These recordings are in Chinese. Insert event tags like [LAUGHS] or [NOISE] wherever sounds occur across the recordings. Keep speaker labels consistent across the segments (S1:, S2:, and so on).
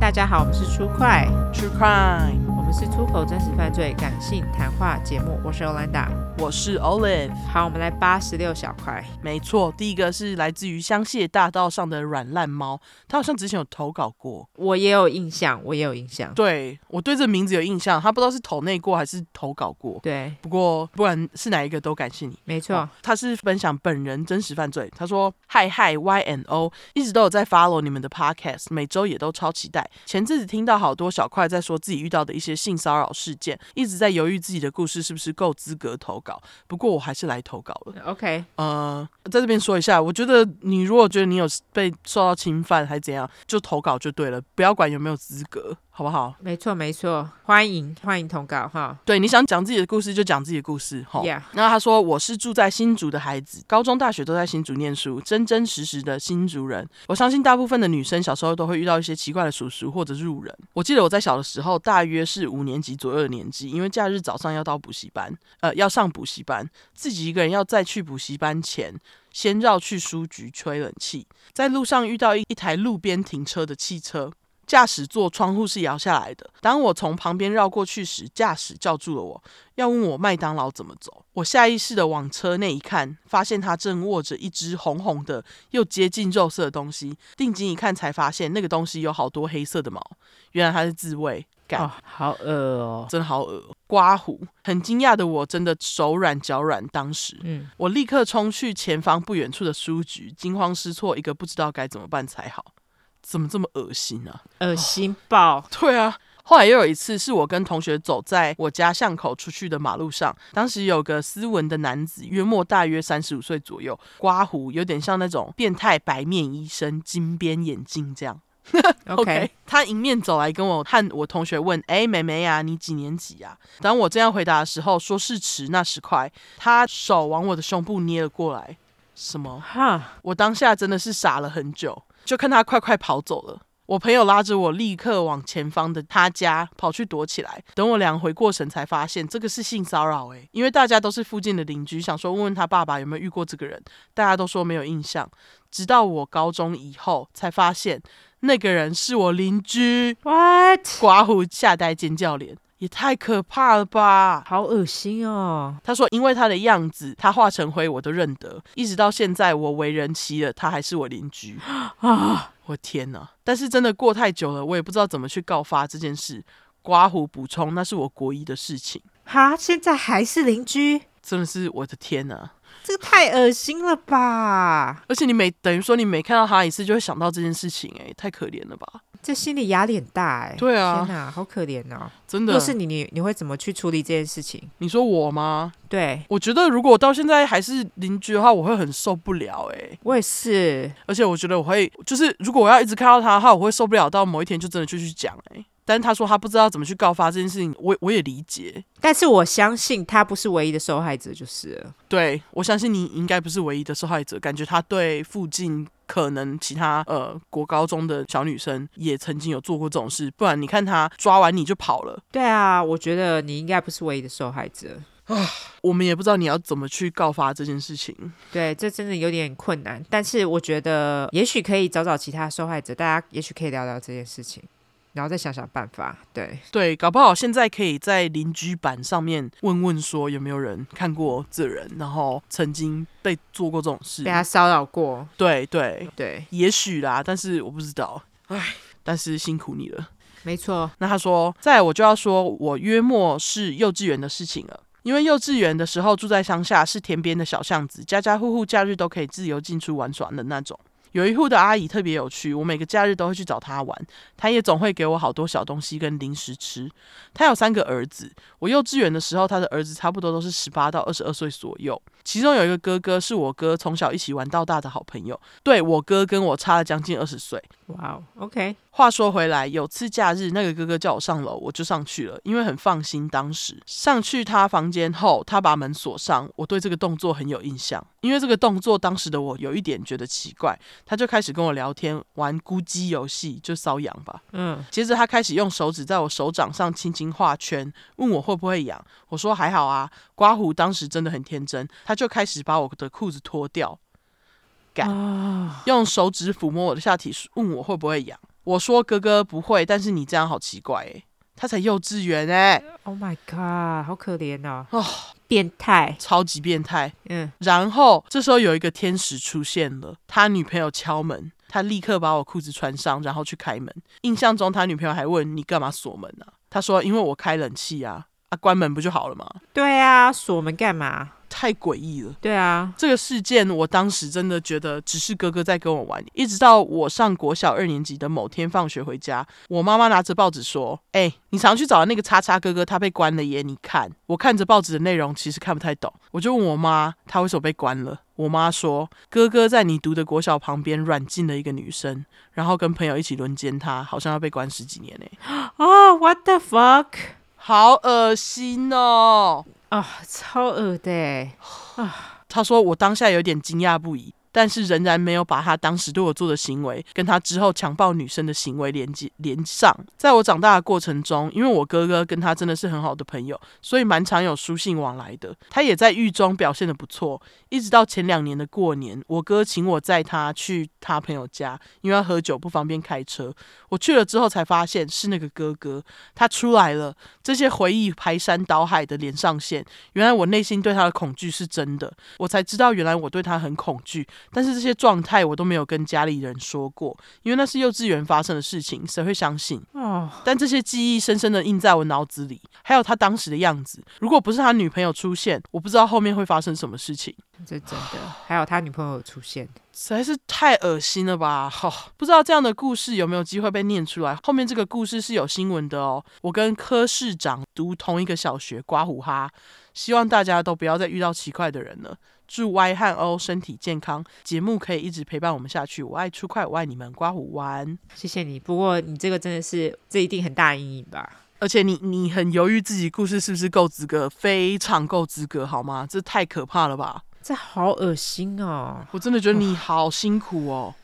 S1: 大家好，我们是出快，
S2: True Crime，
S1: 我们是出口真实犯罪感性谈话节目，我是 Olanda。
S2: 我是 Olive。
S1: 好，我们来八十六小块。
S2: 没错，第一个是来自于香榭大道上的软烂猫，他好像之前有投稿过。
S1: 我也有印象，我也有印象。
S2: 对我对这名字有印象，他不知道是投内过还是投稿过。
S1: 对，
S2: 不过不管是哪一个都感谢你。
S1: 没错。
S2: 哦他是分享本人真实犯罪。他说：“嗨嗨 Y N O，一直都有在 follow 你们的 podcast，每周也都超期待。前阵子听到好多小块在说自己遇到的一些性骚扰事件，一直在犹豫自己的故事是不是够资格投稿。不过我还是来投稿了。
S1: OK，
S2: 呃，在这边说一下，我觉得你如果觉得你有被受到侵犯还怎样，就投稿就对了，不要管有没有资格，好不好？
S1: 没错没错，欢迎欢迎投稿哈。
S2: 对，你想讲自己的故事就讲自己的故事，吼。
S1: Yeah，
S2: 那他说我是住在新竹的孩子，高中、大学都在新竹念书，真真实实的新竹人。我相信大部分的女生小时候都会遇到一些奇怪的叔叔或者是路人。我记得我在小的时候，大约是五年级左右的年纪，因为假日早上要到补习班，呃，要上补习班，自己一个人要再去补习班前。先绕去书局吹冷气，在路上遇到一一台路边停车的汽车，驾驶座窗户是摇下来的。当我从旁边绕过去时，驾驶叫住了我，要问我麦当劳怎么走。我下意识的往车内一看，发现他正握着一只红红的又接近肉色的东西。定睛一看，才发现那个东西有好多黑色的毛，原来它是自慰。干
S1: 哦，好饿哦。
S2: 真好恶哦，刮胡！很惊讶的我，真的手软脚软。当时，
S1: 嗯，
S2: 我立刻冲去前方不远处的书局，惊慌失措，一个不知道该怎么办才好。怎么这么恶心啊？
S1: 恶心爆。
S2: 对啊。后来又有一次，是我跟同学走在我家巷口出去的马路上，当时有个斯文的男子，约莫大约三十五岁左右，刮胡，有点像那种变态白面医生，金边眼镜这样。
S1: OK，
S2: 他迎面走来跟我和我同学问：“哎、妹妹啊，你几年级啊？”当我这样回答的时候，说是迟那十块，他手往我的胸部捏了过来。什么？
S1: 哈，
S2: 我当下真的是傻了很久，就看他快快跑走了。我朋友拉着我立刻往前方的他家跑去躲起来。等我俩回过神，才发现这个是性骚扰诶、因为大家都是附近的邻居，想说问问他爸爸有没有遇过这个人，大家都说没有印象。直到我高中以后，才发现那个人是我邻居。
S1: ，What？
S2: 刮胡吓呆尖叫脸，也太可怕了吧！
S1: 好恶心哦。
S2: 他说：“因为他的样子，他化成灰我都认得，一直到现在我为人妻了，他还是我邻居。
S1: 啊，
S2: 我天哪！但是真的过太久了，我也不知道怎么去告发这件事。”刮胡补充，那是我国一的事情，
S1: 哈，现在还是邻居，
S2: 真的是我的天哪！
S1: 这个太恶心了吧？
S2: 而且你每等于说你每看到他一次，就会想到这件事情、哎，太可怜了吧？
S1: 这心理压力很大哎、
S2: 对啊
S1: 天哪，好可怜哦。
S2: 真
S1: 若
S2: 的。
S1: 是你，你你会怎么去处理这件事情？
S2: 你说我吗？
S1: 对
S2: 我觉得如果到现在还是邻居的话，我会很受不了、哎。
S1: 我也是，
S2: 而且我觉得我会，就是如果我要一直看到他的话，我会受不了，到某一天就真的就去讲哎、欸但是他说他不知道怎么去告发这件事情，我我也理解。
S1: 但是我相信他不是唯一的受害者，就是了
S2: 对我相信你应该不是唯一的受害者，感觉他对附近可能其他呃国高中的小女生也曾经有做过这种事，不然你看他抓完你就跑了，
S1: 对啊，我觉得你应该不是唯一的受害者。
S2: 我们也不知道你要怎么去告发这件事情。
S1: 对，这真的有点困难，但是我觉得也许可以找找其他受害者，大家也许可以聊聊这件事情，然后再想想办法。对，
S2: 对，搞不好现在可以在邻居版上面问问说有没有人看过这人，然后曾经被做过这种事
S1: 被。他骚扰过，
S2: 对对，
S1: 对，
S2: 也许啦，但是我不知道。唉，但是辛苦你了。
S1: 没错，
S2: 那他说，再来我就要说我约莫是幼稚园的事情了。因为幼稚园的时候住在乡下，是田边的小巷子，家家户户假日都可以自由进出玩耍的那种。有一户的阿姨特别有趣，我每个假日都会去找她玩，她也总会给我好多小东西跟零食吃。她有三个儿子，我幼稚园的时候，她的儿子差不多都是十八到二十二岁左右，其中有一个哥哥是我哥从小一起玩到大的好朋友，对我哥跟我差了将近二十岁。
S1: 哇哦，OK，
S2: 话说回来，有次假日，那个哥哥叫我上楼，我就上去了，因为很放心。当时上去他房间后，他把门锁上，我对这个动作很有印象，因为这个动作当时的我有一点觉得奇怪，他就开始跟我聊天，玩咕叽游戏，就瘙痒吧。
S1: 嗯，
S2: 接着他开始用手指在我手掌上轻轻画圈，问我会不会痒。我说还好啊。刮胡当时真的很天真，他就开始把我的裤子脱掉，干
S1: 啊、
S2: 用手指抚摸我的下体，问我会不会痒。我说哥哥不会，但是你这样好奇怪哎、他才幼稚园哎、
S1: Oh my god，好可怜哦，
S2: 哦
S1: 变态。
S2: 超级变态。
S1: 嗯，
S2: 然后这时候有一个天使出现了，他女朋友敲门，他立刻把我裤子穿上，然后去开门。印象中他女朋友还问你干嘛锁门啊？他说因为我开冷气啊，啊关门不就好了吗？
S1: 对啊，锁门干嘛？
S2: 太诡异了。
S1: 对啊，
S2: 这个事件，我当时真的觉得只是哥哥在跟我玩，一直到我上国小二年级的某天放学回家，我妈妈拿着报纸说：“哎、你常去找的那个叉叉哥哥，他被关了耶！你看。”我看着报纸的内容，其实看不太懂，我就问我妈他为什么被关了。我妈说：“哥哥在你读的国小旁边软禁了一个女生，然后跟朋友一起轮奸她，好像要被关十几年呢、
S1: 哦、w h a t the fuck？
S2: 好恶心哦！”
S1: 哦，超恶的欸，
S2: 他说我当下有点惊讶不已，但是仍然没有把他当时对我做的行为跟他之后强暴女生的行为连接连上。在我长大的过程中，因为我哥哥跟他真的是很好的朋友，所以蛮常有书信往来的。他也在狱中表现的不错，一直到前两年的过年，我哥请我载他去他朋友家，因为要喝酒不方便开车。我去了之后才发现是那个哥哥，他出来了。这些回忆排山倒海的连上线，原来我内心对他的恐惧是真的。我才知道原来我对他很恐惧，但是这些状态我都没有跟家里人说过，因为那是幼稚园发生的事情，谁会相信？
S1: 哦，
S2: 但这些记忆深深的印在我脑子里，还有他当时的样子。如果不是他女朋友出现，我不知道后面会发生什么事情，
S1: 这真的。还有他女朋友有出现，
S2: 实在是太恶心了吧！ [LAUGHS] 哈、不知道这样的故事有没有机会被念出来。后面这个故事是有新闻的哦。我跟柯市长读同一个小学，刮胡哈。希望大家都不要再遇到奇怪的人了。祝 Y 和 O 身体健康，节目可以一直陪伴我们下去。我爱出快，我爱你们，刮胡丸。
S1: 谢谢你。不过你这个真的是，这一定很大阴影吧？
S2: 而且你你很犹豫自己故事是不是够资格，非常够资格，好吗？这太可怕了吧！
S1: 这好恶心哦！
S2: 我真的觉得你好辛苦哦。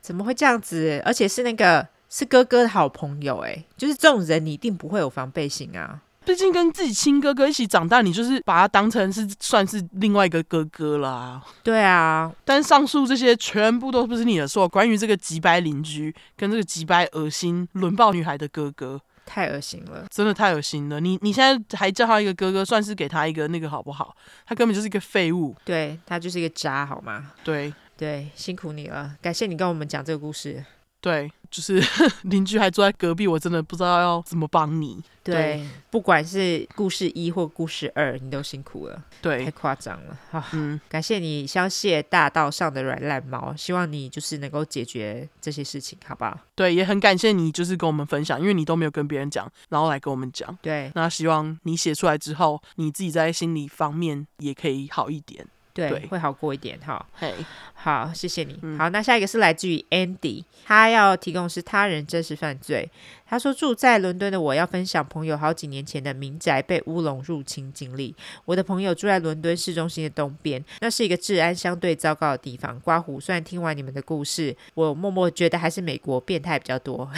S1: 怎么会这样子？而且是那个是哥哥的好朋友，哎，就是这种人你一定不会有防备心啊。
S2: 毕竟跟自己亲哥哥一起长大，你就是把他当成是算是另外一个哥哥啦。
S1: 对啊，
S2: 但上述这些全部都不是你的错。关于这个极白邻居跟这个极白恶心轮暴女孩的哥哥，
S1: 太恶心了。
S2: 真的太恶心了。你你现在还叫他一个哥哥，算是给他一个那个好不好？他根本就是一个废物。
S1: 对他就是一个渣，好吗？
S2: 对
S1: 对，辛苦你了，感谢你跟我们讲这个故事。
S2: 对，就是 [LAUGHS] 邻居还坐在隔壁，我真的不知道要怎么帮你。
S1: 对，
S2: 对
S1: 不管是故事一或故事二，你都辛苦了，太
S2: 对，
S1: 夸张了啊！
S2: 嗯，
S1: 感谢你相谢大道上的软烂毛，希望你就是能够解决这些事情，好不好？
S2: 对，也很感谢你，就是跟我们分享，因为你都没有跟别人讲，然后来跟我们讲。
S1: 对
S2: 那希望你写出来之后，你自己在心理方面也可以好一点。
S1: 对，
S2: 对
S1: 会好过一点哈。
S2: 嘿，
S1: 好，谢谢你。
S2: 嗯
S1: 好，那下一个是来自于 Andy，他要提供是他人真实犯罪。他说住在伦敦的我要分享朋友好几年前的民宅被乌龙入侵经历。我的朋友住在伦敦市中心的东边，那是一个治安相对糟糕的地方。刮胡，虽然听完你们的故事，我默默觉得还是美国变态比较多。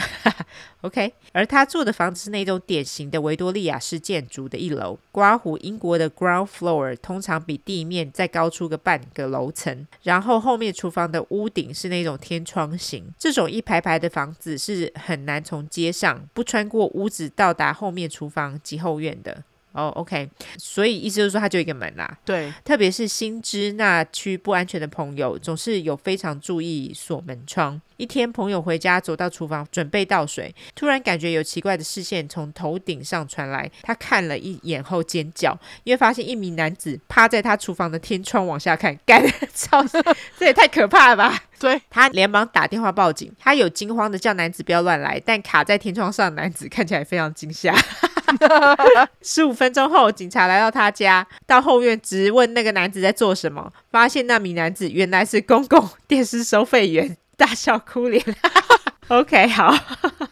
S1: OK，而他住的房子是那种典型的维多利亚式建筑的一楼。刮胡英国的 ground floor 通常比地面再高出个半个楼层，然后后面厨房的屋顶是那种天窗型。这种一排排的房子是很难从街上不穿过屋子到达后面厨房及后院的。哦、o k 所以意思就是说它就一个门啦。 [LAUGHS]
S2: 对
S1: 特别是新知那区不安全的朋友，总是有非常注意锁门窗。一天，朋友回家走到厨房准备倒水，突然感觉有奇怪的视线从头顶上传来，他看了一眼后尖叫，因为发现一名男子趴在他厨房的天窗往下看，干， [LAUGHS] 操，这也太可怕了吧！
S2: 对，
S1: 他连忙打电话报警，他有惊慌的叫男子不要乱来，但卡在天窗上的男子看起来非常惊吓。十五分钟后，警察来到他家，到后院直问那个男子在做什么，发现那名男子原来是公共电视收费员，大笑哭脸。OK，好。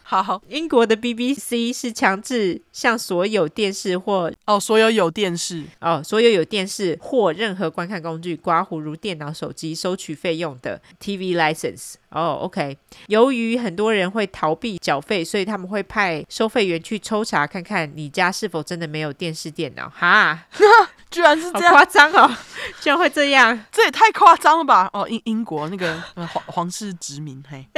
S2: 好
S1: 英国的 BBC 是强制向所有电视或
S2: 哦，所有有电视，
S1: 哦，所有有电视或任何观看工具（刮胡如电脑、手机）收取费用的 TV license。哦，OK。由于很多人会逃避缴费，所以他们会派收费员去抽查，看看你家是否真的没有电视、电脑。 [LAUGHS] 哈，
S2: 居然是
S1: 好
S2: 这样，
S1: 夸张哦， [LAUGHS] 居然会这样。
S2: 这也太夸张了吧？哦，英英国那个、呃皇皇室殖民，嘿， [LAUGHS]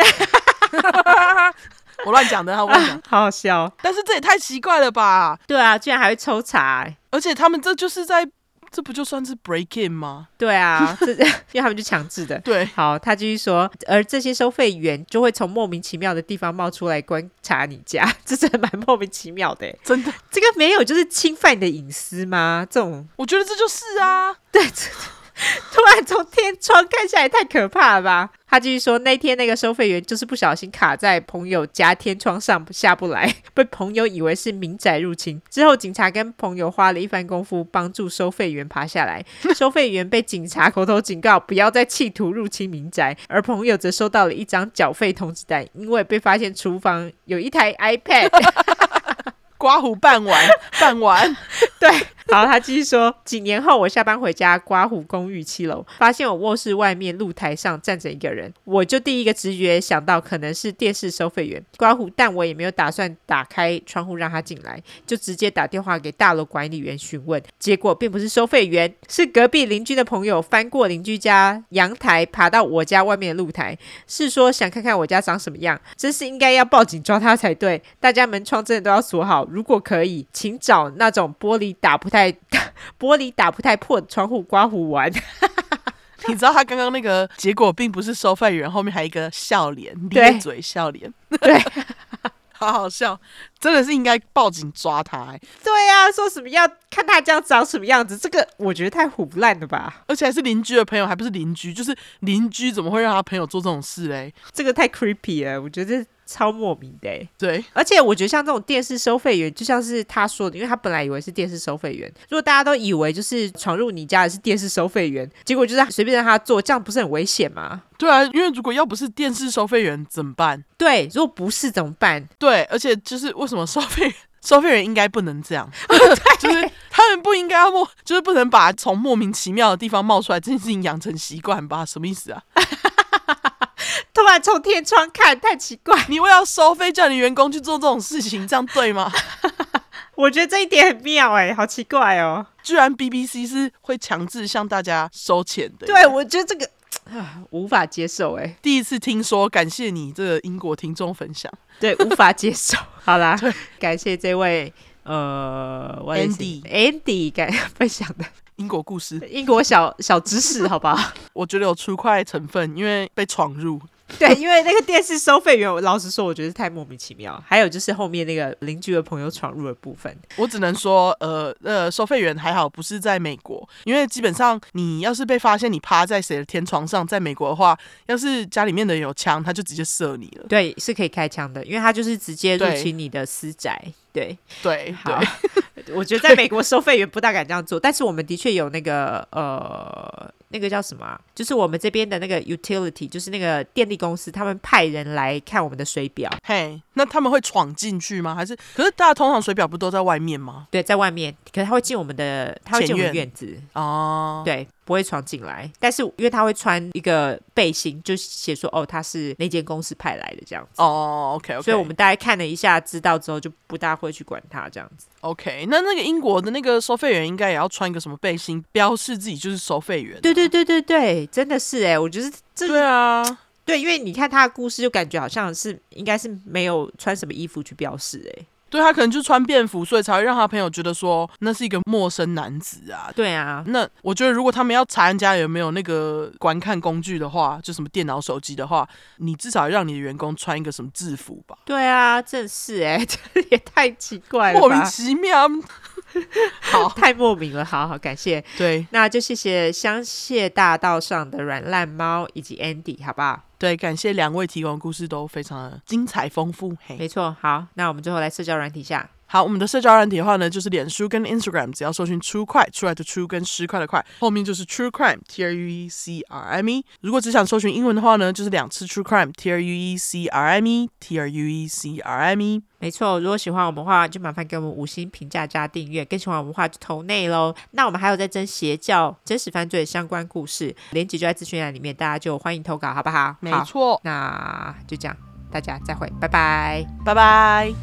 S2: 我乱讲的，他乱讲。
S1: 好好笑。
S2: 但是这也太奇怪了吧？
S1: 对啊，居然还会抽查、欸。
S2: 而且他们这就是在，这不就算是 break in 吗？
S1: 对啊，这 [LAUGHS] 因为他们就强制的。
S2: 对，
S1: 好，他继续说，而这些收费员就会从莫名其妙的地方冒出来观察你家，这真的蛮莫名其妙的欸。
S2: 真的，
S1: 这个没有就是侵犯你的隐私吗？这种 [LAUGHS]
S2: 我觉得这就是啊。
S1: 对，这突然从天窗看下来太可怕了吧？他继续说，那天那个收费员就是不小心卡在朋友家天窗上下不来， [LAUGHS] 被朋友以为是民宅入侵。之后警察跟朋友花了一番功夫帮助收费员爬下来，收费员被警察口头警告不要再企图入侵民宅，而朋友则收到了一张缴费通知单，因为被发现厨房有一台 iPad。
S2: 刮胡办完，办完，
S1: 对， [LAUGHS] 好，他继续说，几年后我下班回家，刮胡公寓七楼，发现我卧室外面露台上站着一个人，我就第一个直觉想到可能是电视收费员刮胡，但我也没有打算打开窗户让他进来，就直接打电话给大楼管理员询问，结果并不是收费员，是隔壁邻居的朋友翻过邻居家阳台，爬到我家外面的露台，是说想看看我家长什么样，真是应该要报警抓他才对。大家门窗真的都要锁好，如果可以，请找那种玻璃打不太 [LAUGHS] 玻璃打不太破的窗户刮胡玩。
S2: [LAUGHS] 你知道他刚刚那个结果并不是收费员，后面还有一个笑脸，
S1: 对
S2: 咧嘴笑脸，
S1: 对
S2: [LAUGHS] 好好笑，真的是应该报警抓他、欸，
S1: [LAUGHS] 对呀、啊，说什么要看他这样长什么样子，这个我觉得太胡乱了吧，
S2: 而且还是邻居的朋友，还不是邻居，就是邻居怎么会让他朋友做这种事嘞？
S1: 这个太 creepy 了，我觉得超莫名的欸。
S2: 对，
S1: 而且我觉得像这种电视收费员，就像是他说的，因为他本来以为是电视收费员。如果大家都以为就是闯入你家的是电视收费员，结果就是随便让他做，这样不是很危险吗？
S2: 对啊，因为如果要不是电视收费员怎么办？
S1: 对，如果不是怎么办？
S2: 对，而且就是为什么收费收费员 [LAUGHS] 应该不能这
S1: [LAUGHS]
S2: 样，就是他们不应该要莫，就是不能把从莫名其妙的地方冒出来这件事情养成习惯吧？什么意思啊？
S1: [LAUGHS] 突然从天窗看，太奇怪。
S2: 你为了收费叫你员工去做这种事情，这样对吗？ [LAUGHS]
S1: 我觉得这一点很妙哎、好奇怪哦。
S2: 居然 BBC 是会强制向大家收钱的，
S1: 对，我觉得这个啊无法接受哎、
S2: 第一次听说，感谢你这个英国听众分享
S1: 对，无法接受。 [LAUGHS] 好啦，感谢这位呃 what is
S2: Andy
S1: it？Andy 感分享的
S2: 英国故事，
S1: [LAUGHS] 英国小小知识，好不好？
S2: 我觉得有出快成分，因为被闯入。
S1: [LAUGHS] 对，因为那个电视收费员，我老实说，我觉得是太莫名其妙。还有就是后面那个邻居的朋友闯入的部分，
S2: 我只能说，呃呃，收费员还好不是在美国，因为基本上你要是被发现你趴在谁的天床上，在美国的话，要是家里面的人有枪，他就直接射你了。
S1: 对，是可以开枪的，因为他就是直接入
S2: 对
S1: 侵你的私宅。对，
S2: 对
S1: 好
S2: 对，
S1: [LAUGHS] 我觉得在美国收费员不大敢这样做，但是我们的确有那个呃，那个叫什么啊、就是我们这边的那个 utility，就是那个电力公司，他们派人来看我们的水表。
S2: 嘿，那他们会闯进去吗？还是？可是大家通常水表不都在外面吗？
S1: 对，在外面，可是他会进我们的，他会进我们
S2: 前院
S1: 院子，
S2: 哦、
S1: 对，不会闯进来。但是因为他会穿一个背心，就写说哦，他是那间公司派来的这样子。
S2: 哦，OK OK，
S1: 所以我们大概看了一下，知道之后就不大会去管他这样子。
S2: OK，那那个英国的那个收费员应该也要穿一个什么背心，标示自己就是收费员。啊
S1: 对对对对对，真的是哎、我觉得这
S2: 对啊，
S1: 对，因为你看他的故事，就感觉好像是应该是没有穿什么衣服去标示哎、
S2: 对他可能就穿便服，所以才会让他朋友觉得说那是一个陌生男子啊。
S1: 对啊，
S2: 那我觉得，如果他们要查人家有没有那个观看工具的话，就什么电脑、手机的话，你至少让你的员工穿一个什么制服吧。
S1: 对啊，正是哎、 [LAUGHS] 这也太奇怪了
S2: 莫名
S1: 吧，
S2: 其
S1: [LAUGHS]
S2: 妙。好，
S1: 太莫名了。好好感谢，
S2: 对
S1: 那就谢谢香榭大道上的软烂猫以及 Andy，好不好？
S2: 对，感谢两位提供的故事都非常的精彩丰富。嘿，
S1: 没错，好，那我们最后来社交软体下，
S2: 好，我们的社交软体的话呢，就是脸书跟 Instagram，只要搜寻“出快”出来的“出”跟“失快”的“快”，后面就是 True Crime，T R U E C R I M E。如果只想搜寻英文的话呢，就是两次 True Crime，T R U E C R I M E，T R U E C R I M E。
S1: 没错，如果喜欢我们的话，就麻烦给我们五星评价加订阅；更喜欢我们的话，就投内喽。那我们还有在征邪教、真实犯罪相关故事，链接就在资讯栏里面，大家就欢迎投稿，好不好？
S2: 没
S1: 好，
S2: 错，
S1: 那就这样，大家再会，拜拜。
S2: 拜拜。